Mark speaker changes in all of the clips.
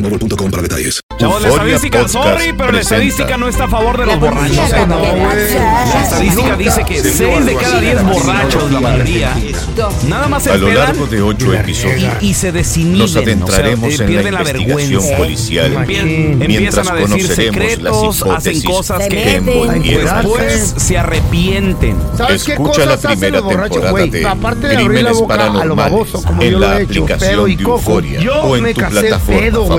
Speaker 1: Mobile.com para detalles.
Speaker 2: Chavos, la estadística, sorry, pero la estadística no está a favor de los borrachos. eh, no, güey. La estadística dice que 6 de cada 10 borrachos, la mayoría, nada más se
Speaker 3: A lo
Speaker 2: empedan
Speaker 3: largo de ocho episodios
Speaker 2: y se desinhiben.
Speaker 3: nos
Speaker 2: o
Speaker 3: adentraremos
Speaker 2: sea,
Speaker 3: en
Speaker 2: eh, pierden
Speaker 3: la
Speaker 2: la
Speaker 3: investigación
Speaker 2: vergüenza.
Speaker 3: policial
Speaker 2: Empie-
Speaker 3: mientras
Speaker 2: Empiezan a decir
Speaker 3: conoceremos las
Speaker 2: secretos, hacen
Speaker 3: hipótesis
Speaker 2: cosas
Speaker 3: que
Speaker 2: que
Speaker 3: envolvieron al
Speaker 2: después se arrepienten.
Speaker 4: ¿Sabes qué
Speaker 3: Escucha
Speaker 4: cosas
Speaker 3: la
Speaker 4: hacen
Speaker 3: primera
Speaker 4: los borrachos,
Speaker 3: temporada
Speaker 4: güey?
Speaker 3: de
Speaker 4: Aparte de abrir la
Speaker 3: Crímenes
Speaker 4: boca a lo
Speaker 3: Paranormales
Speaker 4: baboso, como
Speaker 3: en
Speaker 4: yo lo
Speaker 3: la
Speaker 4: he hecho,
Speaker 3: aplicación
Speaker 4: feo y
Speaker 3: de
Speaker 4: coco.
Speaker 3: Euforia
Speaker 4: Yo
Speaker 3: o en
Speaker 4: me
Speaker 3: tu
Speaker 4: casé
Speaker 3: plataforma
Speaker 4: pedo, güey.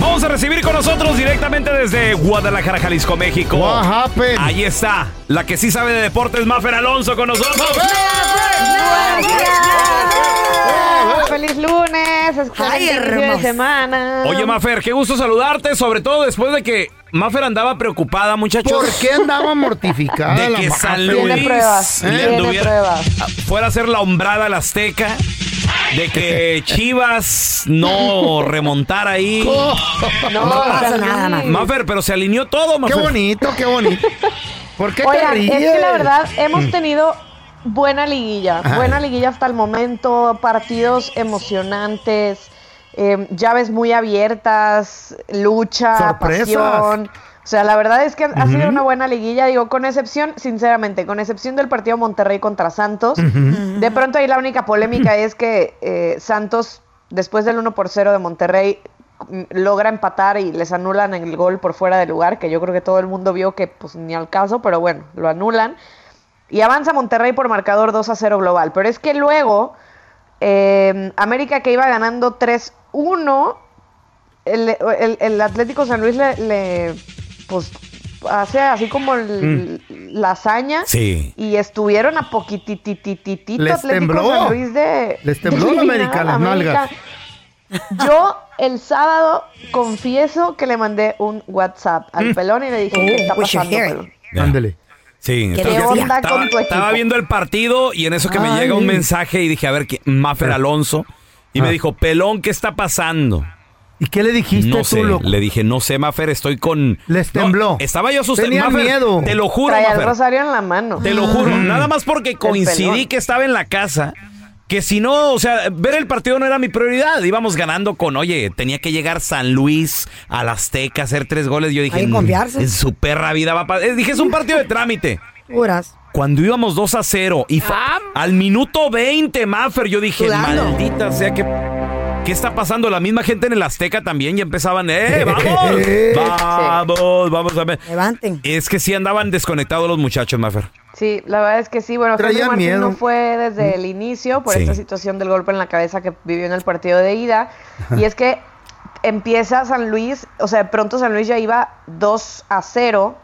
Speaker 2: Vamos a recibir con nosotros directamente desde Guadalajara, Jalisco, México.
Speaker 4: What happened?
Speaker 2: Ahí está, la que sí sabe de deportes, Mafer Alonso, con nosotros.
Speaker 5: Feliz lunes, es
Speaker 6: Ay,
Speaker 5: excelente inicio
Speaker 6: hermoso.
Speaker 5: de semana.
Speaker 2: Oye, Mafer, qué gusto saludarte, sobre todo después de que Mafer andaba preocupada, muchachos.
Speaker 4: ¿Por qué andaba mortificada
Speaker 2: De
Speaker 4: la
Speaker 2: que
Speaker 4: Mafe,
Speaker 2: San
Speaker 4: güey?
Speaker 5: Tiene
Speaker 2: Luis
Speaker 5: pruebas,
Speaker 2: le
Speaker 5: tiene
Speaker 2: anduviera-
Speaker 5: pruebas.
Speaker 2: fuera a ser la hombrada al Azteca, de que Chivas no remontara ahí.
Speaker 5: no,
Speaker 6: pasa
Speaker 5: también.
Speaker 6: nada, man.
Speaker 2: Mafer, pero se alineó todo,
Speaker 4: Qué
Speaker 2: Mafer.
Speaker 4: bonito, qué bonito. ¿Por qué te
Speaker 5: Oigan,
Speaker 4: ríes? Mm.
Speaker 5: es que la verdad hemos tenido buena liguilla, buena liguilla hasta el momento, partidos emocionantes, eh, llaves muy abiertas, lucha,
Speaker 4: Sorpresas.
Speaker 5: pasión. O sea, la verdad es que ha ha sido una buena liguilla, digo, con excepción, sinceramente, con excepción del partido Monterrey contra Santos. De pronto ahí la única polémica es que eh, Santos, después del 1 por 0 de Monterrey, m- logra empatar y les anulan el gol por fuera de lugar, que yo creo que todo el mundo vio que pues ni al caso, pero bueno, lo anulan. Y avanza Monterrey por marcador 2 a 0 global. Pero es que luego, eh, América que iba ganando 3-1, el, el- el Atlético San Luis le, le, pues hace así como el- la hazaña.
Speaker 2: Sí.
Speaker 5: Y estuvieron a poquititititito
Speaker 4: Les
Speaker 5: Atlético
Speaker 4: tembló.
Speaker 5: San Luis de.
Speaker 4: Les tembló
Speaker 5: de
Speaker 4: la América,
Speaker 5: eliminar a
Speaker 4: las nalgas.
Speaker 5: Yo el sábado confieso que le mandé un WhatsApp
Speaker 4: Mm.
Speaker 5: al pelón y le dije, ¿qué está
Speaker 6: we should
Speaker 5: pasando,
Speaker 6: hear it.
Speaker 5: pelón?
Speaker 4: Ándele.
Speaker 2: Sí,
Speaker 6: ¿Qué
Speaker 2: estaba-
Speaker 6: onda
Speaker 2: estaba,
Speaker 5: con tu equipo?
Speaker 2: estaba viendo el partido y en eso que me
Speaker 5: Ay.
Speaker 2: llega un mensaje y dije, a ver, ¿qué?
Speaker 4: Ah.
Speaker 2: Mafer Alonso. Y me dijo, Pelón, ¿qué está pasando?
Speaker 4: ¿Y qué le dijiste
Speaker 2: No
Speaker 4: tú,
Speaker 2: sé.
Speaker 4: loco?
Speaker 2: Le dije, no sé, Mafer, estoy con.
Speaker 4: Les
Speaker 2: No,
Speaker 4: tembló.
Speaker 2: estaba yo asustado.
Speaker 4: Tenían
Speaker 2: Mafer,
Speaker 4: miedo.
Speaker 2: Te lo juro,
Speaker 5: Traía el
Speaker 2: Mafer.
Speaker 5: rosario en la mano.
Speaker 2: Te lo juro,
Speaker 4: Mm.
Speaker 2: nada más porque coincidí
Speaker 5: pelón.
Speaker 2: que estaba en la casa. Que si no, o sea, ver el partido no era mi prioridad. Íbamos ganando con, oye, tenía que llegar San Luis al Azteca, hacer tres goles. Yo dije,
Speaker 6: Hay que
Speaker 2: "Mm,
Speaker 6: confiarse".
Speaker 2: en su perra vida va a pasar. Dije, es un partido de trámite.
Speaker 6: Puras.
Speaker 2: Cuando íbamos 2 a 0 y
Speaker 5: Ah.
Speaker 2: fa- al minuto 20, Maffer, yo dije,
Speaker 6: Sudando.
Speaker 2: maldita sea que... ¿Qué está pasando? La misma gente en el Azteca también ya empezaban, ¡eh, vamos! ¡Vamos, vamos a ver!
Speaker 6: Levanten.
Speaker 2: Es que sí andaban desconectados los muchachos, Maffer.
Speaker 5: Sí, la verdad es que sí. Bueno, Henry
Speaker 4: Traían
Speaker 5: Martín
Speaker 4: miedo.
Speaker 5: no fue desde el inicio por
Speaker 2: Sí.
Speaker 5: esta situación del golpe en la cabeza que vivió en el partido de ida. Y es que empieza San Luis, o sea, de pronto San Luis ya iba 2 a 0,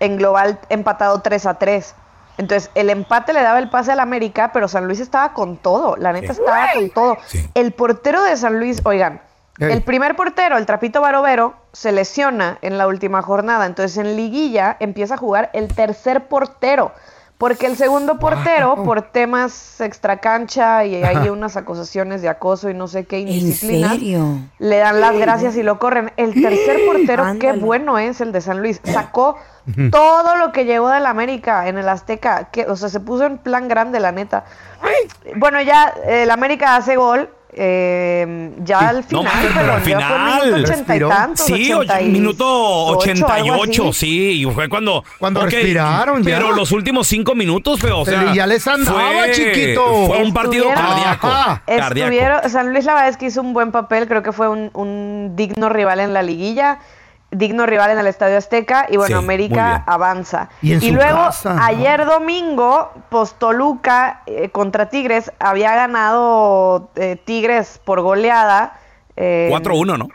Speaker 5: en global empatado 3 a 3. Entonces, el empate le daba el pase al América, pero San Luis estaba con todo, la neta
Speaker 7: Sí.
Speaker 5: estaba con todo. El portero de San Luis, oigan,
Speaker 7: Ey.
Speaker 5: el primer portero, el Trapito Barovero, se lesiona en la última jornada. Entonces, en liguilla empieza a jugar el tercer portero. Porque el segundo portero, por temas extracancha y hay
Speaker 6: Ajá.
Speaker 5: unas acusaciones de acoso y no sé qué
Speaker 6: ¿En
Speaker 5: indisciplina,
Speaker 6: serio?
Speaker 5: le dan las
Speaker 6: Sí.
Speaker 5: gracias y lo corren. El tercer portero, qué bueno es el de San Luis. Sacó
Speaker 6: Ujú.
Speaker 5: todo lo que llegó del América en el Azteca. Que, o sea, se puso en plan grande, la neta. Bueno, ya eh, el América hace gol. eh, ya al
Speaker 2: No,
Speaker 5: final,
Speaker 2: mames, pero al
Speaker 5: ya fue
Speaker 2: final.
Speaker 5: minuto ochenta y tantos,
Speaker 2: sí, och-
Speaker 5: 88,
Speaker 2: minuto
Speaker 5: algo
Speaker 2: 88,
Speaker 5: así.
Speaker 2: sí. Y fue cuando.
Speaker 4: Cuando
Speaker 2: ok,
Speaker 4: respiraron ya.
Speaker 2: Pero los últimos cinco minutos, pero, o
Speaker 4: Pero
Speaker 2: sea.
Speaker 4: ya les andaba,
Speaker 2: fue-
Speaker 4: chiquito.
Speaker 2: Fue un partido
Speaker 5: Estuvieron-
Speaker 2: cardíaco.
Speaker 5: Ajá.
Speaker 2: cardíaco.
Speaker 5: Estuvieron- San Luis la verdad es que hizo un buen papel, creo que fue un, un digno rival en la liguilla, digno rival en el Estadio Azteca y bueno,
Speaker 8: Sí, muy bien.
Speaker 5: América avanza.
Speaker 8: Y en su
Speaker 5: luego
Speaker 8: casa, ¿no?
Speaker 5: ayer domingo, pues Toluca eh, contra Tigres había ganado eh, Tigres por goleada. eh,
Speaker 2: 4-1, ¿no?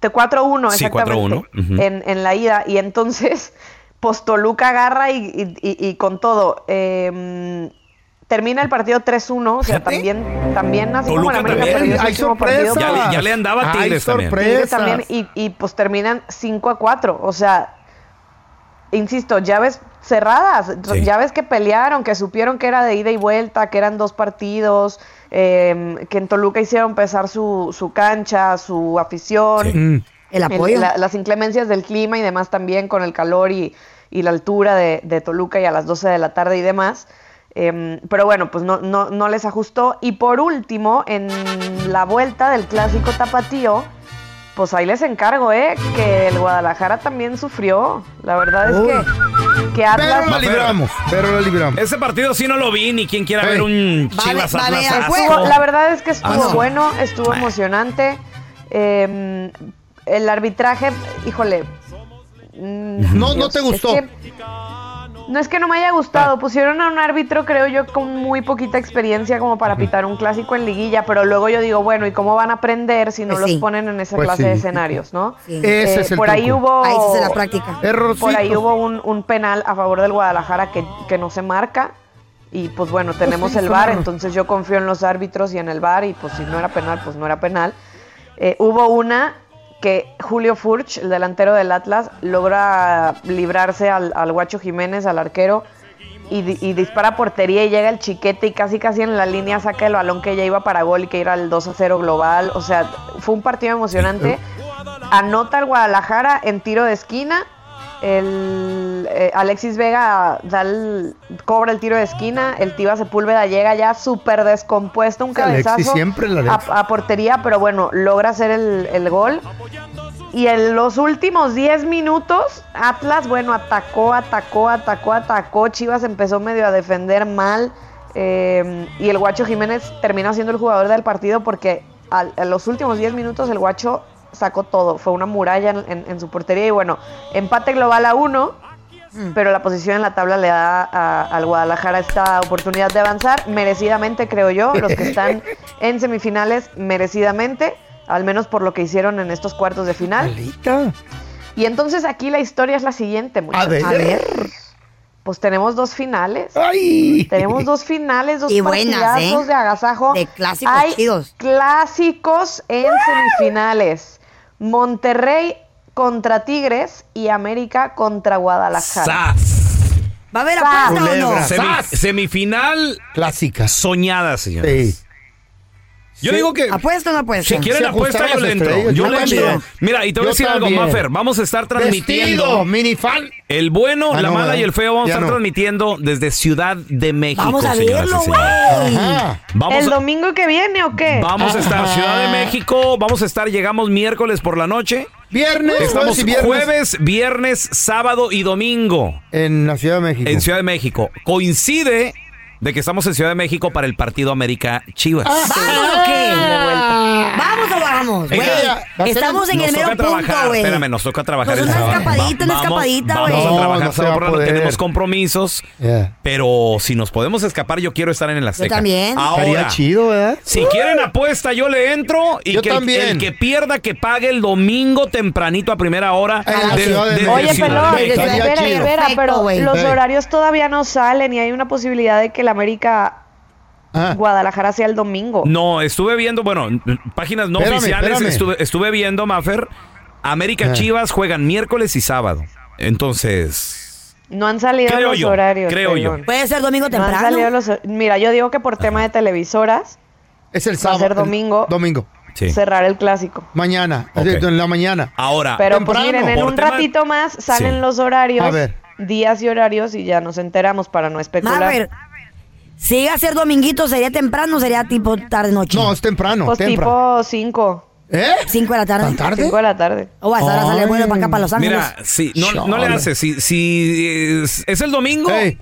Speaker 5: de 4-1,
Speaker 2: Sí,
Speaker 5: exactamente.
Speaker 2: 4-1, ujú.
Speaker 5: en, en la ida. Y entonces, pues Toluca agarra y, y- y- y con todo. eh, termina el partido 3-1. O sea, también, también así como el
Speaker 2: Toluca
Speaker 5: América
Speaker 2: también.
Speaker 5: perdió su
Speaker 2: Hay
Speaker 5: último
Speaker 2: sorpresas.
Speaker 5: partido,
Speaker 2: Ya le- ya le andaba Hay Tigres también.
Speaker 5: Tigres también,
Speaker 2: sorpresas.
Speaker 5: y, y, pues terminan 5-4. O sea, insisto, llaves cerradas,
Speaker 9: Sí.
Speaker 5: llaves que pelearon, que supieron que era de ida y vuelta, que eran dos partidos, eh, que en Toluca hicieron pesar su, su cancha, su afición,
Speaker 6: Mm, El apoyo.
Speaker 5: la- las inclemencias del clima y demás también con el calor y, y la altura de, de Toluca y a las 12 de la tarde y demás. Em, pero bueno, pues no, no, no les ajustó. Y por último, en la vuelta del clásico tapatío, pues ahí les encargo, ¿eh? Que el Guadalajara también sufrió. La verdad es que, que Atlas...
Speaker 4: Pero la libramos, pero la libramos.
Speaker 2: Ese partido sí no lo vi, ni quien quiera ver un Chivas Atlas.
Speaker 5: Estuvo-
Speaker 2: asco.
Speaker 5: la verdad es que estuvo
Speaker 2: Asco.
Speaker 5: bueno, estuvo emocionante. Eh, el arbitraje, híjole. mm,
Speaker 4: No, no te
Speaker 5: es
Speaker 4: gustó.
Speaker 5: que- no es que no me haya
Speaker 6: Ah.
Speaker 5: gustado. Pusieron a un árbitro, creo yo, con muy poquita experiencia como para pitar un clásico en liguilla, pero luego yo digo, bueno, ¿y cómo van a aprender si no
Speaker 6: Pues
Speaker 5: los
Speaker 6: sí.
Speaker 5: ponen en esa
Speaker 6: Pues
Speaker 5: clase
Speaker 6: sí.
Speaker 5: de escenarios, no?
Speaker 6: Sí.
Speaker 5: Eh,
Speaker 6: Ese es el
Speaker 5: por ahí
Speaker 6: truco.
Speaker 5: hubo.
Speaker 6: Ahí se hace la práctica.
Speaker 5: Por ahí hubo un, un penal a favor del Guadalajara que, que no se marca. Y pues bueno, tenemos
Speaker 10: sí,
Speaker 5: el
Speaker 10: sí,
Speaker 5: VAR,
Speaker 10: claro.
Speaker 5: entonces yo confío en los árbitros y en el VAR, y pues si no era penal, pues no era penal. Eh, hubo una que Julio Furch, el delantero del Atlas, logra librarse al, al Guacho Jiménez, al arquero, y, di- y dispara a portería y llega el chiquete y casi casi en la línea saca el balón que ya iba para gol y que era el 2 a 0 global. O sea, fue un partido emocionante. Anota el Guadalajara en tiro de esquina. El, eh, Alexis Vega da el- cobra el tiro de esquina. El Tiva Sepúlveda llega ya súper descompuesto. Un
Speaker 4: Alexis
Speaker 5: cabezazo
Speaker 4: siempre, el Alexis.
Speaker 5: a, a portería, pero bueno, logra hacer el, el gol. Y en los últimos 10 minutos, Atlas, bueno, atacó, atacó, atacó, atacó. Chivas empezó medio a defender mal. eh, y el Guacho Jiménez terminó siendo el jugador del partido porque al- a los últimos 10 minutos el Guacho sacó todo. Fue una muralla en, en- en su portería. Y bueno, empate global a uno. Mm, Pero la posición en la tabla le da a- al Guadalajara esta oportunidad de avanzar, merecidamente creo yo, los que están en semifinales, merecidamente, al menos por lo que hicieron en estos cuartos de final. Y entonces aquí la historia es la siguiente, muchachos.
Speaker 4: ver.
Speaker 5: Pues tenemos dos finales.
Speaker 4: ¡Ay!
Speaker 5: Tenemos dos finales, dos
Speaker 6: Y buenas,
Speaker 5: partidazos
Speaker 6: ¿eh?
Speaker 5: de agasajo. De
Speaker 6: clásicos chidos.
Speaker 5: clásicos en semifinales. Monterrey contra Tigres y América contra Guadalajara.
Speaker 6: ¿Va a haber
Speaker 5: Sas.
Speaker 6: apuesta o no?
Speaker 2: Semi- semifinal
Speaker 4: clásica.
Speaker 2: Soñada, señores. Yo
Speaker 6: Sí.
Speaker 2: digo que.
Speaker 6: ¿Apuesta o no apuesta?
Speaker 2: Si quieren
Speaker 6: Se
Speaker 2: apuesta,
Speaker 6: ajustan
Speaker 2: yo
Speaker 6: las
Speaker 2: le entro.
Speaker 6: estrellas,
Speaker 2: Yo
Speaker 6: yo
Speaker 2: le
Speaker 6: también.
Speaker 2: entro. Mira, y te voy a
Speaker 4: Yo
Speaker 2: decir algo,
Speaker 4: también.
Speaker 2: Mafer. Vamos a estar transmitiendo.
Speaker 4: Vestido, minifal.
Speaker 2: El bueno,
Speaker 4: Ah,
Speaker 2: la
Speaker 4: no,
Speaker 2: mala
Speaker 4: ¿verdad?
Speaker 2: y el feo vamos a
Speaker 4: Ya
Speaker 2: estar
Speaker 4: no.
Speaker 2: transmitiendo desde Ciudad de México.
Speaker 5: Vamos a
Speaker 2: señoras y
Speaker 5: verlo,
Speaker 2: señores.
Speaker 5: güey.
Speaker 2: Ajá. Vamos
Speaker 5: ¿El
Speaker 2: a,
Speaker 5: domingo que viene o qué?
Speaker 2: vamos a estar Ciudad
Speaker 6: Ah.
Speaker 2: de México, vamos a estar, llegamos miércoles por la noche.
Speaker 4: Viernes,
Speaker 2: Estamos
Speaker 4: jueves y viernes.
Speaker 2: jueves, viernes, sábado y domingo
Speaker 4: En la Ciudad de México.
Speaker 2: en Ciudad de México. Coincide de que estamos en Ciudad de México para el partido América Chivas.
Speaker 6: Ah,
Speaker 4: Ah,
Speaker 6: ¿Vamos o qué? ¿Vamos o vamos?
Speaker 2: Venga,
Speaker 6: güey?
Speaker 2: ya,
Speaker 4: va a ser-
Speaker 6: Estamos en
Speaker 2: nos
Speaker 6: el
Speaker 2: toca
Speaker 6: mero punto,
Speaker 2: trabajar,
Speaker 6: güey.
Speaker 2: espérame, nos toca trabajar
Speaker 6: Nos
Speaker 2: el
Speaker 6: una
Speaker 2: sábado.
Speaker 6: escapadita, una
Speaker 2: Vamos-
Speaker 6: escapadita,
Speaker 2: Vamos
Speaker 6: güey.
Speaker 2: a
Speaker 4: No,
Speaker 2: trabajar
Speaker 4: no se
Speaker 2: sábado,
Speaker 4: va a
Speaker 2: pero no
Speaker 4: poder.
Speaker 2: tenemos compromisos,
Speaker 4: Yeah.
Speaker 2: pero si nos podemos escapar, yo quiero estar en el Azteca.
Speaker 6: también.
Speaker 2: Ahora,
Speaker 4: Estaría chido, ¿verdad?
Speaker 2: si quieren apuesta, yo le entro y
Speaker 4: Yo
Speaker 2: que el-
Speaker 4: también.
Speaker 2: el que pierda, que pague el domingo tempranito a primera hora.
Speaker 4: En la
Speaker 2: del-
Speaker 4: Ciudad de
Speaker 2: del-
Speaker 4: México.
Speaker 5: Oye,
Speaker 4: Sí,
Speaker 5: pelón,
Speaker 4: güey,
Speaker 5: espera,
Speaker 4: estaría
Speaker 5: espera,
Speaker 4: chido.
Speaker 5: espera,
Speaker 6: Perfecto,
Speaker 5: pero
Speaker 6: güey.
Speaker 5: los
Speaker 4: Ey.
Speaker 5: horarios todavía no salen y hay una posibilidad de que el América
Speaker 4: Ah.
Speaker 5: Guadalajara sea el domingo.
Speaker 2: No, estuve viendo, bueno, n- páginas no
Speaker 4: Espérame,
Speaker 2: oficiales,
Speaker 4: espérame.
Speaker 2: Estuve, estuve viendo, Maffer, América
Speaker 4: Ah.
Speaker 2: Chivas juegan miércoles y sábado. Entonces,
Speaker 5: No han salido
Speaker 2: Creo
Speaker 5: los
Speaker 2: yo,
Speaker 5: horarios.
Speaker 2: creo yo.
Speaker 5: pelón.
Speaker 6: Puede ser domingo
Speaker 5: No han salido
Speaker 6: temprano.
Speaker 5: los hor- Mira, yo digo que por tema de televisoras,
Speaker 4: Es el
Speaker 5: va a
Speaker 4: sábado.
Speaker 5: ser
Speaker 4: el
Speaker 5: domingo,
Speaker 4: Domingo.
Speaker 2: sí.
Speaker 5: cerrar el clásico.
Speaker 4: Mañana.
Speaker 2: Ok.
Speaker 4: de- En la mañana.
Speaker 2: Ahora,
Speaker 5: Pero
Speaker 4: temprano,
Speaker 5: pues miren, en
Speaker 2: por
Speaker 5: un
Speaker 2: tema-
Speaker 5: ratito más salen
Speaker 2: Sí.
Speaker 5: los horarios,
Speaker 4: A ver.
Speaker 5: días y horarios y ya nos enteramos para no especular.
Speaker 6: Maver, si llega a ser dominguito, ¿sería temprano o sería tipo tarde-noche?
Speaker 4: No, es temprano.
Speaker 5: pues
Speaker 4: temprano.
Speaker 5: tipo 5,
Speaker 4: ¿Eh?
Speaker 6: Cinco de la
Speaker 4: ¿Tan
Speaker 6: tarde.
Speaker 4: tarde?
Speaker 5: 5 de la tarde.
Speaker 6: O hasta ahora sale el vuelo para acá, para Los Ángeles.
Speaker 2: mira, sí, no, no le
Speaker 4: Chale.
Speaker 2: haces. Si, si es, es el domingo, mm,
Speaker 4: Ey,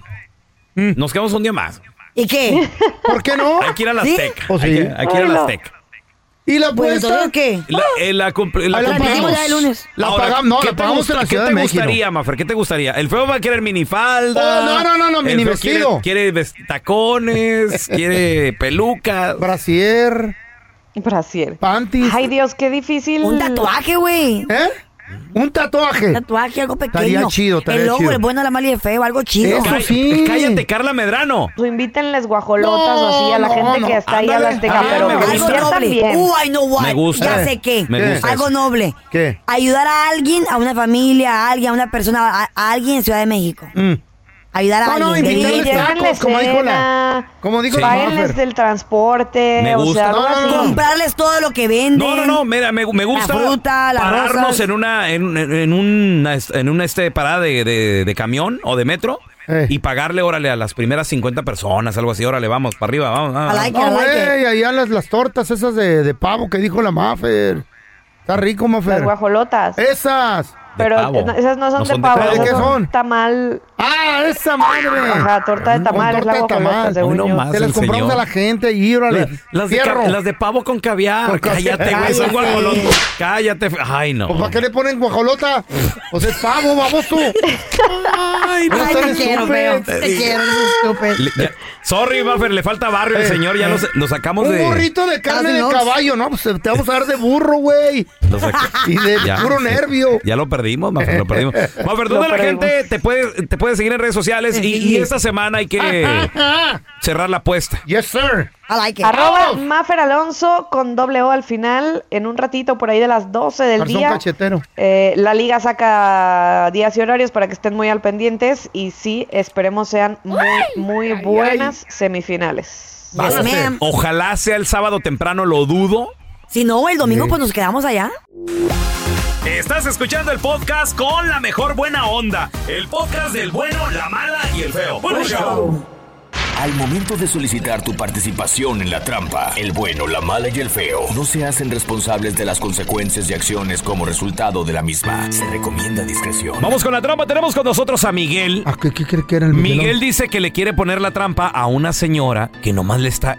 Speaker 2: nos quedamos un día más.
Speaker 6: ¿Y qué?
Speaker 4: ¿Por qué no?
Speaker 2: Hay que ir a la
Speaker 6: ¿Sí?
Speaker 2: Azteca.
Speaker 4: Pues sí.
Speaker 2: Hay que, hay que ir a la
Speaker 5: Bueno.
Speaker 2: Azteca.
Speaker 4: ¿Y la
Speaker 6: Bueno,
Speaker 4: apuesta?
Speaker 6: ¿entonces qué?
Speaker 2: La, eh, la comp- la
Speaker 4: Ah, la
Speaker 2: compramos.
Speaker 4: pedimos
Speaker 6: ya el lunes.
Speaker 4: La
Speaker 2: Ahora,
Speaker 4: pagamos, no,
Speaker 2: ¿qué
Speaker 4: la
Speaker 2: te
Speaker 4: pagamos en la
Speaker 2: gusta-
Speaker 4: Ciudad de
Speaker 2: ¿Qué te
Speaker 4: México.
Speaker 2: gustaría, Mafer? ¿Qué te gustaría? El feo va a querer minifalda.
Speaker 4: Oh, no, no, no, no,
Speaker 2: El
Speaker 4: mini
Speaker 2: feo quiere-
Speaker 4: vestido.
Speaker 2: Quiere, vest- tacones, quiere pelucas.
Speaker 4: Brasier,
Speaker 5: Brasier.
Speaker 4: panties.
Speaker 5: Ay, Dios, qué difícil.
Speaker 6: Un tatuaje, güey.
Speaker 4: ¿Eh? Un tatuaje.
Speaker 6: Un tatuaje, algo pequeño.
Speaker 4: Estaría chido, estaría
Speaker 6: El logo,
Speaker 4: chido.
Speaker 6: el bueno, la mala y el feo, algo chido.
Speaker 4: Eso
Speaker 2: Cállate,
Speaker 4: sí.
Speaker 2: Cállate, Carla Medrano.
Speaker 5: O invítenles guajolotas
Speaker 4: No,
Speaker 5: o así a la
Speaker 4: no,
Speaker 5: gente
Speaker 4: no. Ah,
Speaker 5: que está ahí a la
Speaker 2: Ándale,
Speaker 5: Azteca,
Speaker 2: ándale,
Speaker 5: pero
Speaker 2: me
Speaker 5: que
Speaker 6: Algo
Speaker 2: gusta.
Speaker 5: inviertan
Speaker 6: noble.
Speaker 5: bien.
Speaker 6: Uh, I know what.
Speaker 2: Me gusta.
Speaker 6: Ya sé qué.
Speaker 2: Me gusta
Speaker 6: Algo
Speaker 2: eso.
Speaker 6: noble.
Speaker 4: ¿Qué?
Speaker 6: Ayudar a alguien, a una familia, a alguien, a una persona, a, a alguien en Ciudad de México.
Speaker 4: Mm.
Speaker 6: Ayudar a
Speaker 4: No, no,
Speaker 6: alguien.
Speaker 4: invitarles
Speaker 6: Ella-
Speaker 4: tacos,
Speaker 5: Llévenles
Speaker 4: como dijo la.
Speaker 5: cena,
Speaker 4: Como dijo
Speaker 2: Sí.
Speaker 4: la
Speaker 5: Páguenles
Speaker 4: Mafer.
Speaker 5: del transporte,
Speaker 2: Me
Speaker 5: o
Speaker 2: gusta.
Speaker 5: sea,
Speaker 4: No,
Speaker 5: algo
Speaker 4: no, no,
Speaker 5: así.
Speaker 4: no.
Speaker 6: Comprarles todo lo que venden.
Speaker 2: No, no, no, mira, me, me gusta
Speaker 6: fruta, las
Speaker 2: pararnos
Speaker 6: rosas.
Speaker 2: en una en, en- en una est- en una este parada de, de- de camión o de metro
Speaker 4: Eh.
Speaker 2: y pagarle órale a las primeras 50 personas, algo así, órale, vamos, para arriba, vamos. vamos,
Speaker 6: I
Speaker 2: vamos.
Speaker 6: like
Speaker 4: No,
Speaker 6: it, I like it.
Speaker 4: güey, allá las, las tortas esas de, de pavo que dijo la Mafer. Está rico,
Speaker 5: Las
Speaker 4: Mafer.
Speaker 5: guajolotas.
Speaker 4: Esas.
Speaker 2: De
Speaker 5: Pero
Speaker 2: pavo.
Speaker 5: no, esas no son
Speaker 2: No
Speaker 5: de
Speaker 2: son de
Speaker 5: pavo,
Speaker 2: pavo.
Speaker 5: esas
Speaker 4: ¿De qué son?
Speaker 5: Tamal,
Speaker 4: ¡Ah, esa madre!
Speaker 5: ajá, torta de
Speaker 4: Con
Speaker 5: tamal, es la
Speaker 4: torta de
Speaker 5: guajolota,
Speaker 4: tamal.
Speaker 5: según
Speaker 2: Uno
Speaker 5: yo.
Speaker 2: más.
Speaker 4: Se las
Speaker 2: el
Speaker 4: compramos
Speaker 2: señor.
Speaker 4: a la gente y órale.
Speaker 2: La- las, de ca-
Speaker 4: fierro.
Speaker 2: las de pavo con caviar.
Speaker 4: Con ca-
Speaker 2: Cállate, güey, son
Speaker 4: Pues Cállate.
Speaker 2: guajolotes. Cállate. fe- Ay, no.
Speaker 4: ¿O Pues, ¿Para qué le ponen guajolota? Pues es pavo, baboso.
Speaker 2: Ay, no.
Speaker 6: Ay,
Speaker 4: Está
Speaker 6: te
Speaker 4: bien
Speaker 6: quiero, feo.
Speaker 4: estúpido.
Speaker 6: Te quiero, eres estúpido.
Speaker 2: Le- ya- Sorry, Buffer, le falta barrio al
Speaker 4: Eh,
Speaker 2: señor. Ya
Speaker 4: eh.
Speaker 2: lo, lo sacamos
Speaker 4: Un
Speaker 2: de.
Speaker 4: burrito de carne
Speaker 6: Casi
Speaker 4: de
Speaker 6: no.
Speaker 4: caballo, ¿no? Pues te vamos a dar de burro, güey.
Speaker 2: lo saca-
Speaker 4: Y de puro
Speaker 2: sí.
Speaker 4: nervio.
Speaker 2: Ya lo perdimos, Mafer, lo perdimos. Mafer,
Speaker 5: Lo
Speaker 2: ¿dónde la
Speaker 5: perdimos.
Speaker 2: gente te puede, te puede seguir en redes sociales?
Speaker 6: Eh,
Speaker 2: Y, y esta semana hay que
Speaker 4: Ah,
Speaker 2: cerrar la apuesta.
Speaker 4: Yes, sir.
Speaker 6: I like it.
Speaker 5: Arroba
Speaker 4: ¡Vamos!
Speaker 5: Mafer Alonso con doble O al final, en un ratito por ahí de las 12 del
Speaker 4: Garzón
Speaker 5: día.
Speaker 4: cachetero.
Speaker 5: Eh, la liga saca días y horarios para que estén muy al pendientes y sí, esperemos sean muy, muy buenas semifinales.
Speaker 6: Yes, ma'am.
Speaker 2: Ojalá sea el sábado temprano, lo dudo.
Speaker 6: Si no, el domingo pues nos quedamos allá.
Speaker 2: Estás escuchando el podcast con la mejor buena onda. El podcast del bueno, la mala y el feo. Bueno, show.
Speaker 7: Al momento de solicitar tu participación en la trampa, el bueno, la mala y el feo no se hacen responsables de las consecuencias y acciones como resultado de la misma. Se recomienda discreción.
Speaker 2: Vamos con la trampa. Tenemos con nosotros a Miguel.
Speaker 4: ¿A Ah, qué, qué cree que era el
Speaker 2: Miguel
Speaker 4: Miguelón?
Speaker 2: dice que le quiere poner la trampa a una señora que nomás le está.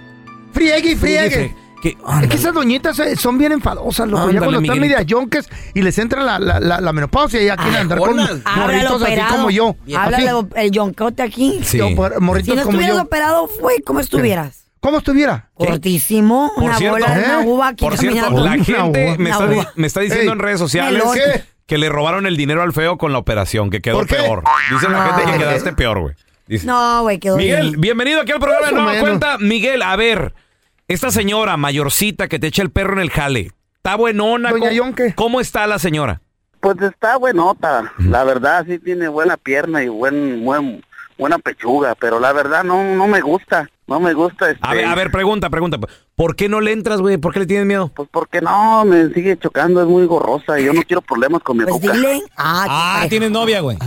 Speaker 4: Friegue y friegue.
Speaker 2: Fíjese Que,
Speaker 4: Es que esas doñitas eh, son bien enfadosas, loco. ya
Speaker 2: Ándale,
Speaker 4: cuando están
Speaker 2: Miguelito. Ah,
Speaker 4: media yonques y les entra la, la, la, la menopausia y ya quieren andar con
Speaker 2: jonas.
Speaker 6: Háblale
Speaker 4: morritos así
Speaker 6: operado.
Speaker 4: como yo.
Speaker 6: Háblale
Speaker 4: Así.
Speaker 6: el yoncote aquí.
Speaker 2: Sí.
Speaker 4: Yo, por-
Speaker 6: Si
Speaker 4: morritos
Speaker 6: no
Speaker 4: como
Speaker 6: estuvieras
Speaker 4: yo.
Speaker 6: operado, fue como estuvieras.
Speaker 4: ¿Cómo estuviera?
Speaker 2: ¿Qué?
Speaker 6: Cortísimo,
Speaker 2: Por
Speaker 6: una
Speaker 2: cierto,
Speaker 6: bola, una
Speaker 4: ¿eh?
Speaker 6: uva aquí
Speaker 2: Por cierto,
Speaker 6: caminando.
Speaker 2: la
Speaker 4: Una
Speaker 2: gente
Speaker 4: uva.
Speaker 2: me está,
Speaker 6: Una
Speaker 2: di-
Speaker 6: uva.
Speaker 2: me está diciendo
Speaker 4: Ey,
Speaker 2: en redes sociales
Speaker 6: melón.
Speaker 4: ¿Qué?
Speaker 2: que le robaron el dinero al feo con la operación, que quedó
Speaker 4: ¿Por qué?
Speaker 2: peor. Dice
Speaker 6: Ah,
Speaker 2: la gente que quedaste peor, güey. Dice-
Speaker 6: No, güey, quedó
Speaker 2: Miguel,
Speaker 6: bien.
Speaker 2: bienvenido aquí al programa de
Speaker 4: Más o
Speaker 2: Nueva
Speaker 4: menos.
Speaker 2: Cuenta. Miguel, a ver, esta señora mayorcita que te echa el perro en el jale, ¿está buenona?
Speaker 4: Doña
Speaker 2: ¿Cómo-
Speaker 4: Yonke.
Speaker 2: ¿Cómo está la señora?
Speaker 8: Pues está buenota, la verdad sí tiene buena pierna y buen, buen buena pechuga, pero la verdad no no me gusta, no me gusta este
Speaker 2: A ver, a ver, pregunta, pregunta. ¿Por qué no le entras, güey? ¿Por qué le tienes miedo?
Speaker 8: pues porque no me sigue chocando, es muy gorrosa y yo no quiero problemas con mi
Speaker 6: Pues
Speaker 8: boca.
Speaker 6: dile. Ah, qué Ah. pareja.
Speaker 2: tienes novia, güey.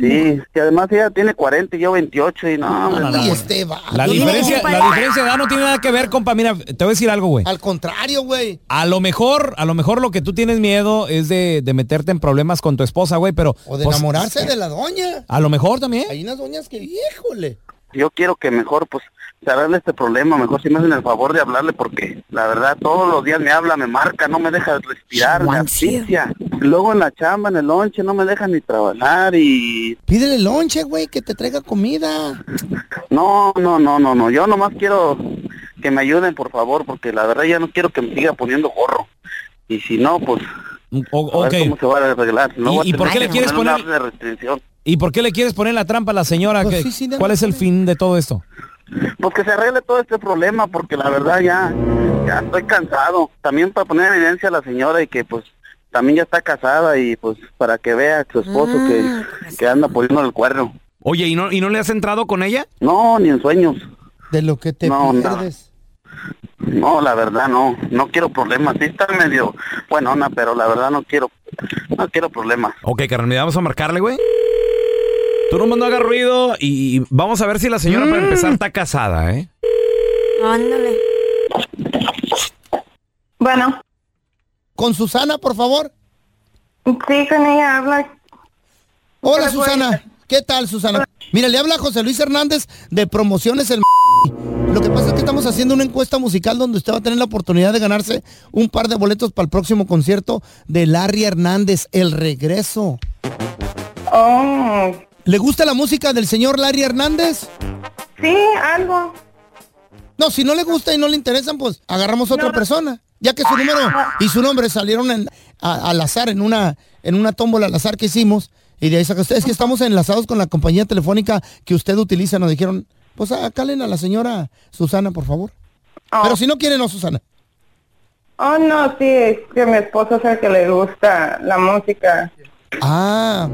Speaker 8: Sí, que además ella tiene 40 y yo 28 y
Speaker 2: Ah,
Speaker 8: no, hombre,
Speaker 4: Y
Speaker 8: está-
Speaker 4: este va.
Speaker 9: La
Speaker 6: Yo digo que
Speaker 9: diferencia,
Speaker 6: sí,
Speaker 9: la
Speaker 6: pa-
Speaker 9: diferencia de edad no tiene nada que ver, compa. Mira, te voy a decir algo, güey.
Speaker 4: Al contrario, güey.
Speaker 9: A lo mejor, a lo mejor lo que tú tienes miedo es de, de meterte en problemas con
Speaker 4: eh,
Speaker 9: tu esposa, güey, pero. pues,
Speaker 4: de la doña.
Speaker 9: A lo mejor también.
Speaker 4: unas doñas que, híjole.
Speaker 8: yo quiero que mejor, pues, cerrarle este problema, mejor si me hacen el favor de hablarle, porque la verdad todos los días me habla, me marca, no me deja respirar, me asfixia. Luego en la chamba, en el lonche, no me deja ni trabajar y...
Speaker 4: Pídele lonche, güey, que te traiga comida.
Speaker 8: No, no, no, no, no, yo nomás quiero que me ayuden, por favor, porque la verdad ya no quiero que me siga poniendo gorro. Y si no, pues... a ver cómo se va a arreglar. No
Speaker 11: Mm, ¿Y-
Speaker 8: voy a
Speaker 11: y por
Speaker 8: tener
Speaker 11: qué le
Speaker 8: que
Speaker 11: quieres
Speaker 8: poner un
Speaker 11: poner-
Speaker 8: lapso de restricción.
Speaker 11: ¿Y por qué le quieres poner la trampa a la señora?
Speaker 8: Pues
Speaker 11: ¿Qué-
Speaker 8: sí, sí, de
Speaker 11: ¿Cuál es el fin de todo esto?
Speaker 8: Pues que se arregle todo este problema, porque la verdad ya, ya estoy cansado. También para poner en evidencia a la señora y que pues también ya está casada y pues para que vea a su esposo que, que anda poniendo el cuerno.
Speaker 2: Oye, ¿y no, ¿y no le has entrado con ella?
Speaker 8: No, ni en sueños.
Speaker 4: De lo que te
Speaker 8: No, nada.
Speaker 4: pierdes.
Speaker 8: No, la verdad no, no quiero problemas. Sí está medio buenona, pero la verdad no quiero, no quiero problemas.
Speaker 2: Ok, carnal, mira, vamos a marcarle, güey. Tú nomás no hagas ruido y y vamos a ver si la señora
Speaker 4: Mm.
Speaker 2: para empezar está casada, ¿eh?
Speaker 6: Ándale.
Speaker 4: Bueno. Con Susana, por favor.
Speaker 12: Sí, con ella habla.
Speaker 4: Hola, Susana. ¿Qué tal, Susana? Mira, le habla José Luis Hernández de Promociones El Lo que pasa es que estamos haciendo una encuesta musical donde usted va a tener la oportunidad de ganarse un par de boletos para el próximo concierto de Larry Hernández, El Regreso.
Speaker 12: Oh.
Speaker 4: ¿Le gusta la música del señor Larry Hernández?
Speaker 12: Sí, algo.
Speaker 4: No, si no le gusta y no le interesan, pues agarramos a otra persona. Ya que su número y su nombre salieron en- a- al azar en una, en una tómbola al azar que hicimos. Y de ahí saca usted. Es que estamos enlazados con la compañía telefónica que usted utiliza. Nos dijeron, pues a- calen a la señora Susana, por favor. Pero si no quiere, no, Susana.
Speaker 12: Oh, no, sí, es que mi esposo es el que le gusta la música.
Speaker 4: Ah,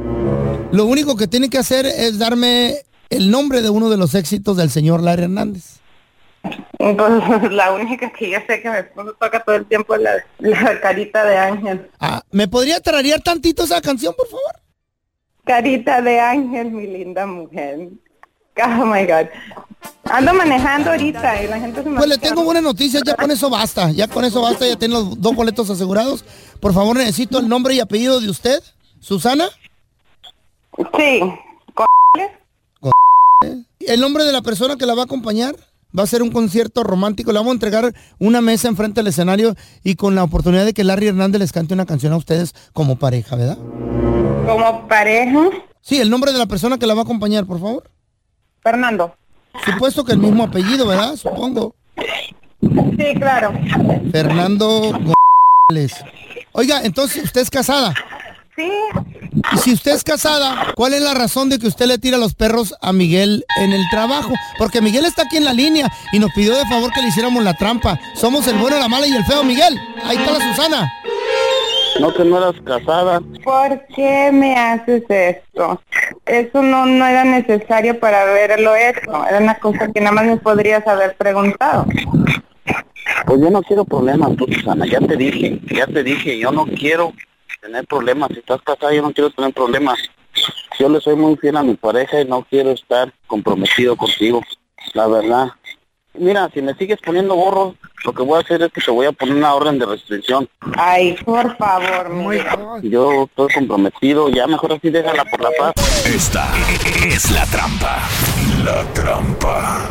Speaker 4: lo único que tiene que hacer es darme el nombre de uno de los éxitos del señor Larry Hernández.
Speaker 12: Entonces, la única que yo sé que mi esposo toca todo el tiempo es la, la carita de ángel.
Speaker 4: Ah, ¿me podría tararear tantito esa canción, por favor?
Speaker 12: Carita de ángel, mi linda mujer. Oh my God. Ando manejando ahorita y la gente se me
Speaker 4: Pues le tengo buenas noticias, ya con eso basta, ya con eso basta, ya tienen los dos boletos asegurados. Por favor, necesito el nombre y apellido de usted, Susana.
Speaker 12: Sí.
Speaker 4: El nombre de la persona que la va a acompañar va a ser un concierto romántico, le vamos a entregar una mesa enfrente del escenario y con la oportunidad de que Larry Hernández les cante una canción a ustedes como pareja, ¿verdad?
Speaker 12: Como pareja.
Speaker 4: Sí, el nombre de la persona que la va a acompañar, por favor.
Speaker 12: Fernando.
Speaker 4: Supuesto que el mismo apellido, ¿verdad? Supongo.
Speaker 12: Sí, claro.
Speaker 4: Fernando González. Oiga, entonces usted es casada.
Speaker 12: Sí.
Speaker 4: Y si usted es casada, ¿cuál es la razón de que usted le tira los perros a Miguel en el trabajo? Porque Miguel está aquí en la línea y nos pidió de favor que le hiciéramos la trampa. Somos el bueno, la mala y el feo, Miguel. Ahí está la Susana.
Speaker 8: No que no eras casada.
Speaker 12: ¿Por qué me haces esto? Eso no, no era necesario para haberlo hecho. Era una cosa que nada más me podrías haber preguntado.
Speaker 8: Pues yo no quiero problemas, tú, Susana, ya te dije, ya te dije, yo no quiero tener problemas. Si estás casada, yo no quiero tener problemas. Yo le soy muy fiel a mi pareja y no quiero estar comprometido contigo, la verdad. Mira, si me sigues poniendo gorro, lo que voy a hacer es que te voy a poner una orden de restricción.
Speaker 12: Ay, por favor, Miguel.
Speaker 8: Yo estoy comprometido, ya mejor así déjala por la paz.
Speaker 1: Esta es la trampa. La trampa.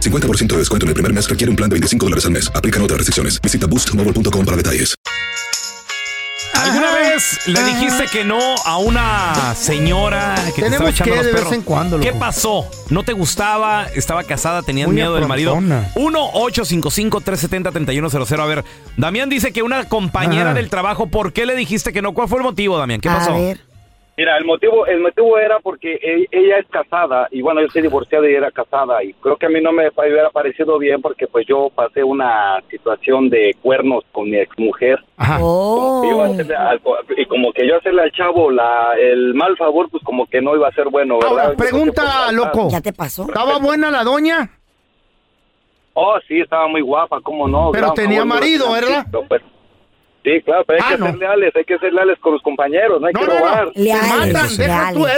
Speaker 1: 50% de descuento en el primer mes requiere un plan de 25 dólares al mes. Aplican otras restricciones. Visita boostmobile.com para detalles.
Speaker 2: ¿Alguna vez le dijiste que no a una señora que te estaba
Speaker 4: Tenemos
Speaker 2: echando
Speaker 4: que
Speaker 2: los
Speaker 4: de vez
Speaker 2: perros?
Speaker 4: en cuando,
Speaker 2: ¿Qué
Speaker 4: loco.
Speaker 2: pasó? ¿No te gustaba? ¿Estaba casada? ¿Tenías
Speaker 4: Una
Speaker 2: miedo del marido?
Speaker 4: persona.
Speaker 2: 1-855-370-3100. A ver, Damián dice que una compañera
Speaker 13: Ajá.
Speaker 2: del trabajo, ¿por qué le dijiste que no? ¿Cuál fue el motivo, Damián? ¿Qué pasó?
Speaker 13: Mira, el motivo, el motivo era porque e- ella es casada y bueno, yo soy divorciada y era casada y creo que a mí no me pa- hubiera parecido bien porque pues yo pasé una situación de cuernos con mi exmujer. Como que iba a hacerle algo- y como que yo hacerle al chavo la, el mal favor, pues como que no iba a ser bueno, ¿verdad?
Speaker 4: Pregunta, loco.
Speaker 13: ¿Ya
Speaker 6: te pasó?
Speaker 4: ¿Estaba buena la doña?
Speaker 13: Oh, sí, estaba muy guapa, cómo no.
Speaker 4: Pero
Speaker 13: Gran
Speaker 4: tenía
Speaker 13: favor,
Speaker 4: marido,
Speaker 13: gran-
Speaker 4: ¿verdad? Ah,
Speaker 13: No, pues, sí, claro, pero hay que ser leales, hay que ser leales con los compañeros, no hay que robar.
Speaker 2: Eso sí.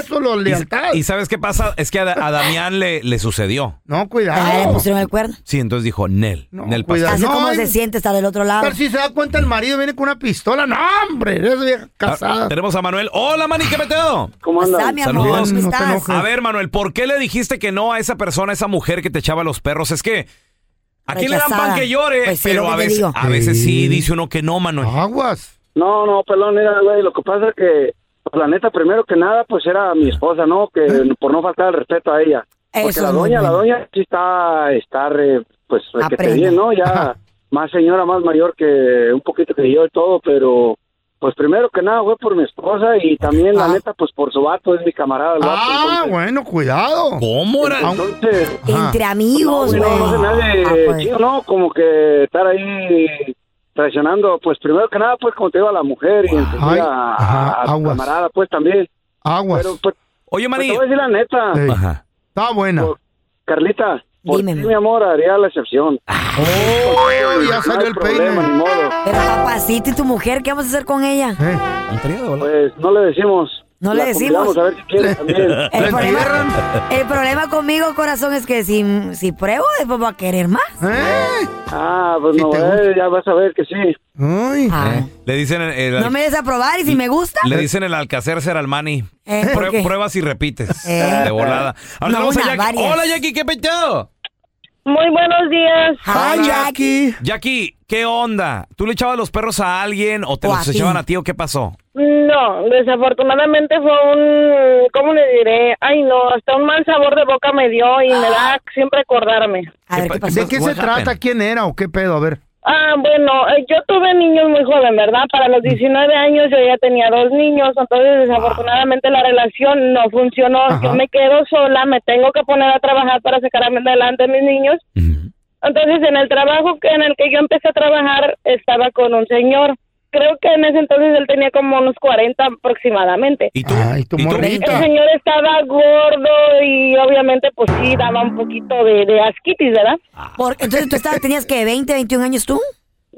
Speaker 4: eso, los lealtad.
Speaker 2: ¿Y sabes qué pasa? Es que a, a Damián le, le sucedió.
Speaker 4: No, cuidado.
Speaker 6: le pusieron el cuerno.
Speaker 2: Sí, entonces dijo, Nel. Nel pasó.
Speaker 6: Así como se siente estar del otro lado.
Speaker 4: Pero si se da cuenta el marido viene con una pistola. No, hombre, eres vieja
Speaker 2: Ah,
Speaker 4: casada.
Speaker 2: Tenemos a Manuel. Hola, Mani, ¿qué meteo?
Speaker 13: ¿Cómo
Speaker 6: andas? Está, mi amor,
Speaker 2: Saludos.
Speaker 6: ¿cómo No te estás? enojes.
Speaker 2: a ver, Manuel, ¿por qué le dijiste que no a esa persona, a esa mujer que te echaba los perros? Es que aquí le dan pan
Speaker 13: Rechazada.
Speaker 2: que llore,
Speaker 13: Pues sí,
Speaker 2: pero
Speaker 13: lo que
Speaker 2: a
Speaker 13: te
Speaker 2: veces,
Speaker 13: digo.
Speaker 2: a veces sí
Speaker 13: Sí.
Speaker 2: dice uno que no, Manuel.
Speaker 4: Aguas.
Speaker 13: No, no, pelón, mira, güey, lo que pasa es que, pues, la neta, primero que nada, pues era mi esposa, ¿no? Que por no faltar el respeto a ella. Porque
Speaker 14: Eso
Speaker 13: la
Speaker 14: es muy
Speaker 13: doña, la
Speaker 14: bueno.
Speaker 13: doña sí está, está re, pues, re que te
Speaker 14: Aprende.
Speaker 13: bien, ¿no? Ya más señora, más mayor que un poquito que yo y todo, pero... Pues primero que nada fue por mi esposa y también,
Speaker 14: Ah.
Speaker 13: la neta, pues por su vato, es mi camarada. El vato,
Speaker 4: Ah,
Speaker 13: entonces-
Speaker 4: bueno, cuidado.
Speaker 2: ¿Cómo
Speaker 4: era?
Speaker 13: Entonces,
Speaker 6: Entre amigos, güey.
Speaker 13: no, no se me hace
Speaker 6: ah, pues.
Speaker 13: chido, ¿no? Como que estar ahí traicionando, pues primero que nada, pues como te digo, a la mujer y enseguida
Speaker 4: Ay,
Speaker 13: a,
Speaker 4: ajá,
Speaker 13: a tu
Speaker 4: aguas.
Speaker 13: camarada, pues también.
Speaker 4: Aguas.
Speaker 2: Oye,
Speaker 13: María. te voy a decir la neta.
Speaker 4: Está buena.
Speaker 13: Carlita, por ti, mi amor, haría la excepción.
Speaker 4: ¡Oh!
Speaker 6: ya salió el
Speaker 13: problema, ni modo.
Speaker 6: Pero papacito, ¿y tu mujer qué vamos a hacer con ella?
Speaker 13: Pues no le decimos.
Speaker 6: No le
Speaker 13: La convidamos
Speaker 6: decimos.
Speaker 13: A ver si quiere también.
Speaker 6: El problema, el problema conmigo, corazón, es que si, si pruebo, después va a querer más.
Speaker 13: Ah, pues no, eh, ya vas a ver que sí.
Speaker 6: Ah.
Speaker 2: Eh, Le dicen el, el-
Speaker 6: No me des a probar y si me gusta.
Speaker 2: le dicen el Alcacercer al Mani.
Speaker 6: Eh, ¿por
Speaker 2: Prue-
Speaker 6: qué?
Speaker 2: pruebas y repites.
Speaker 6: Eh.
Speaker 2: De volada. Ahora
Speaker 6: No,
Speaker 2: vamos a
Speaker 6: una,
Speaker 2: Jackie.
Speaker 6: varias.
Speaker 2: Hola, Jackie, ¿qué peteo?
Speaker 15: Muy buenos días.
Speaker 2: Jackie. Jackie, ¿qué onda? ¿Tú le echabas los perros a alguien o te
Speaker 15: O
Speaker 2: los
Speaker 15: a ti.
Speaker 2: echaban a ti o qué pasó?
Speaker 15: No, desafortunadamente fue un, ¿cómo le diré? Ay, no, hasta un mal sabor de boca me dio y me da siempre acordarme.
Speaker 4: ¿De qué se trata? ¿Quién era o qué pedo? A ver.
Speaker 15: Ah, bueno, eh, yo tuve niños muy joven, ¿verdad? Para
Speaker 2: Mm.
Speaker 15: los 19 años yo ya tenía dos niños, entonces desafortunadamente la relación no funcionó. Yo me quedo sola, me tengo que poner a trabajar para sacar adelante a mis niños.
Speaker 2: Mm.
Speaker 15: Entonces, en el trabajo que- en el que yo empecé a trabajar, estaba con un señor. Creo que en ese entonces él tenía como unos 40 aproximadamente.
Speaker 2: Ah, ¿Y tú?
Speaker 15: El señor estaba gordo y obviamente pues sí daba un poquito de, de asquitis, ¿verdad?
Speaker 6: Por- entonces tú estabas- tenías que 20, 21 años tú.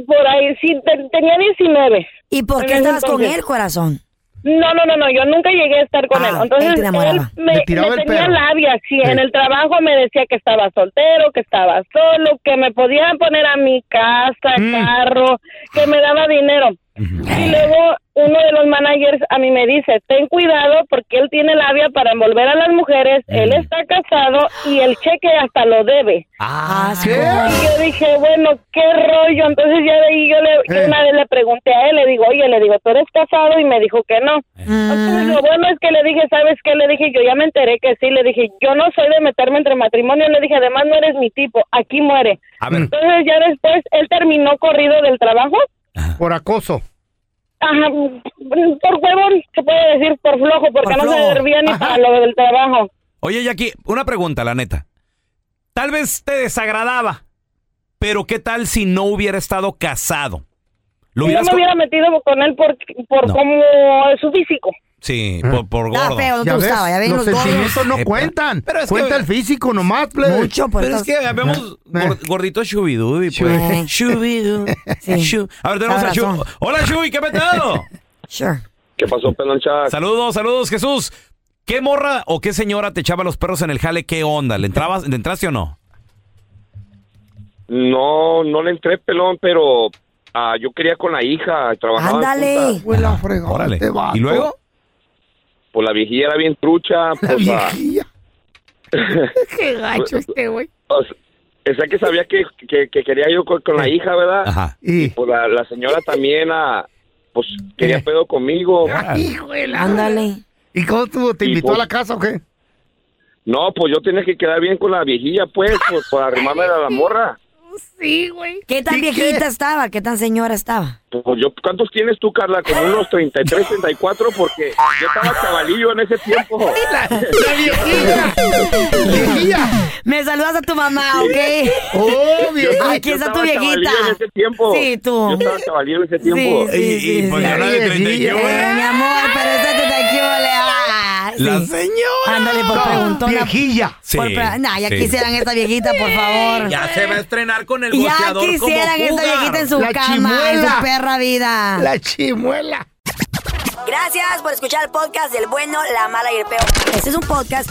Speaker 15: Por ahí sí, te- tenía 19.
Speaker 6: ¿Y por
Speaker 15: En
Speaker 6: qué
Speaker 15: ese
Speaker 6: estabas con
Speaker 15: entonces.
Speaker 6: él, corazón?
Speaker 15: No, no, no, no, yo nunca llegué a estar con
Speaker 6: Ah,
Speaker 15: él. Entonces
Speaker 6: él te
Speaker 15: él,
Speaker 6: enamoraba.
Speaker 15: me,
Speaker 6: Le tiraba
Speaker 15: me
Speaker 6: el
Speaker 15: tenía
Speaker 6: perro.
Speaker 15: labia, sí,
Speaker 6: Sí.
Speaker 15: en el trabajo me decía que estaba soltero, que estaba solo, que me podían poner a mi casa,
Speaker 6: Mm.
Speaker 15: carro, que me daba dinero. Y luego uno de los managers a mí me dice, ten cuidado porque él tiene labia para envolver a las mujeres, él está casado y el cheque hasta lo debe.
Speaker 2: Ah,
Speaker 15: Y yo dije, bueno, qué rollo. Entonces ya de ahí yo, le, yo
Speaker 16: Eh.
Speaker 15: una vez le pregunté a él, le digo, oye, le digo, ¿tú eres casado? Y me dijo que no.
Speaker 6: Mm.
Speaker 13: Mm.
Speaker 15: Entonces lo bueno es que le dije, ¿sabes qué? Le dije, yo ya me enteré que sí. Le dije, yo no soy de meterme entre matrimonio. Le dije, además no eres mi tipo, aquí muere.
Speaker 2: A ver.
Speaker 15: Entonces ya después él terminó corrido del trabajo.
Speaker 4: Mm, Por acoso.
Speaker 15: Ajá, por huevón, se puede decir, por flojo, porque
Speaker 2: Por
Speaker 15: no
Speaker 2: flojo.
Speaker 15: se servía ni para lo del trabajo.
Speaker 2: Oye, Jackie, una pregunta, la neta. Tal vez te desagradaba, pero ¿qué tal si no hubiera estado casado? Lo
Speaker 15: yo
Speaker 2: hubieras
Speaker 15: me
Speaker 2: co-
Speaker 15: hubiera metido con él por, por
Speaker 2: No.
Speaker 15: cómo es su físico.
Speaker 2: Sí, por, por
Speaker 15: Está
Speaker 2: gordo.
Speaker 15: feo, no te Ya ves, gustaba, ya ven los los gordos. sentimientos no
Speaker 2: Eh,
Speaker 4: cuentan.
Speaker 2: pero es
Speaker 4: Cuenta
Speaker 2: que-
Speaker 4: el físico nomás, plebe. Eh.
Speaker 2: Pero es que ya vemos gor- gordito Shubidubi,
Speaker 4: Shubi.
Speaker 2: pues. Shubidubi. Shu- A ver, tenemos
Speaker 4: Cada
Speaker 2: a Shubi.
Speaker 4: razón.
Speaker 2: Hola, Shubi, ¿qué petado?
Speaker 14: ¿Qué pasó, Penancha?
Speaker 2: Saludos, saludos, Jesús. ¿Qué morra o qué señora te echaba los perros en el jale? ¿Qué onda? ¿Le, entrabas, ¿le entraste o no?
Speaker 14: No, no le entré pelón, pero ah, yo quería con la hija, trabajaba. juntas.
Speaker 4: Huela fregón,
Speaker 14: Órale.
Speaker 4: este vato.
Speaker 14: ¿Y luego? Pues la viejilla era bien trucha. pues, ah,
Speaker 4: Qué gacho este, güey.
Speaker 14: o sea, o sea, que sabía que, que- que quería yo con, con la hija, ¿verdad?
Speaker 4: Y
Speaker 14: pues la, la señora también, ah, pues quería pedo conmigo.
Speaker 4: Ándale. Eh. ¿Y cómo estuvo? ¿Te
Speaker 14: Y
Speaker 4: invitó
Speaker 14: por-
Speaker 4: a la casa o qué?
Speaker 14: No, pues yo tenía que quedar bien con la viejilla, pues, pues para arrimarme a la morra.
Speaker 6: Sí, güey. ¿Qué tan viejita estaba? ¿Qué tan señora estaba?
Speaker 14: Pues yo, ¿cuántos tienes tú, Carla? Como unos 33, 34, porque yo estaba cabalillo en ese tiempo.
Speaker 6: Me saludas a tu mamá, ¿ok?
Speaker 4: Oh,
Speaker 14: viejita.
Speaker 6: Aquí está tu
Speaker 14: Yo estaba
Speaker 6: viejita.
Speaker 14: chavalillo en ese tiempo.
Speaker 6: Sí, tú.
Speaker 14: Yo estaba cabalillo en ese tiempo.
Speaker 6: Sí, sí,
Speaker 2: Y- y, sí, pues, sí. ahora de 31,
Speaker 6: Eh, mi amor, pero esta te está aquí, ole, ah,
Speaker 2: La
Speaker 6: sí.
Speaker 2: señora.
Speaker 6: Ándale, por
Speaker 2: No,
Speaker 6: preguntona.
Speaker 4: Viejilla.
Speaker 2: Sí,
Speaker 6: Por pre- nah, ya
Speaker 2: sí.
Speaker 6: quisieran esta viejita, por favor.
Speaker 2: Ya se va a estrenar con el
Speaker 6: Ya
Speaker 2: boteador
Speaker 6: quisieran
Speaker 2: como
Speaker 6: esta
Speaker 2: Cougar.
Speaker 6: viejita en su cama, en su perra vida.
Speaker 4: La chimuela.
Speaker 6: Gracias por escuchar el podcast del bueno, la mala y el peor. Este es un podcast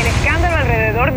Speaker 16: El escándalo alrededor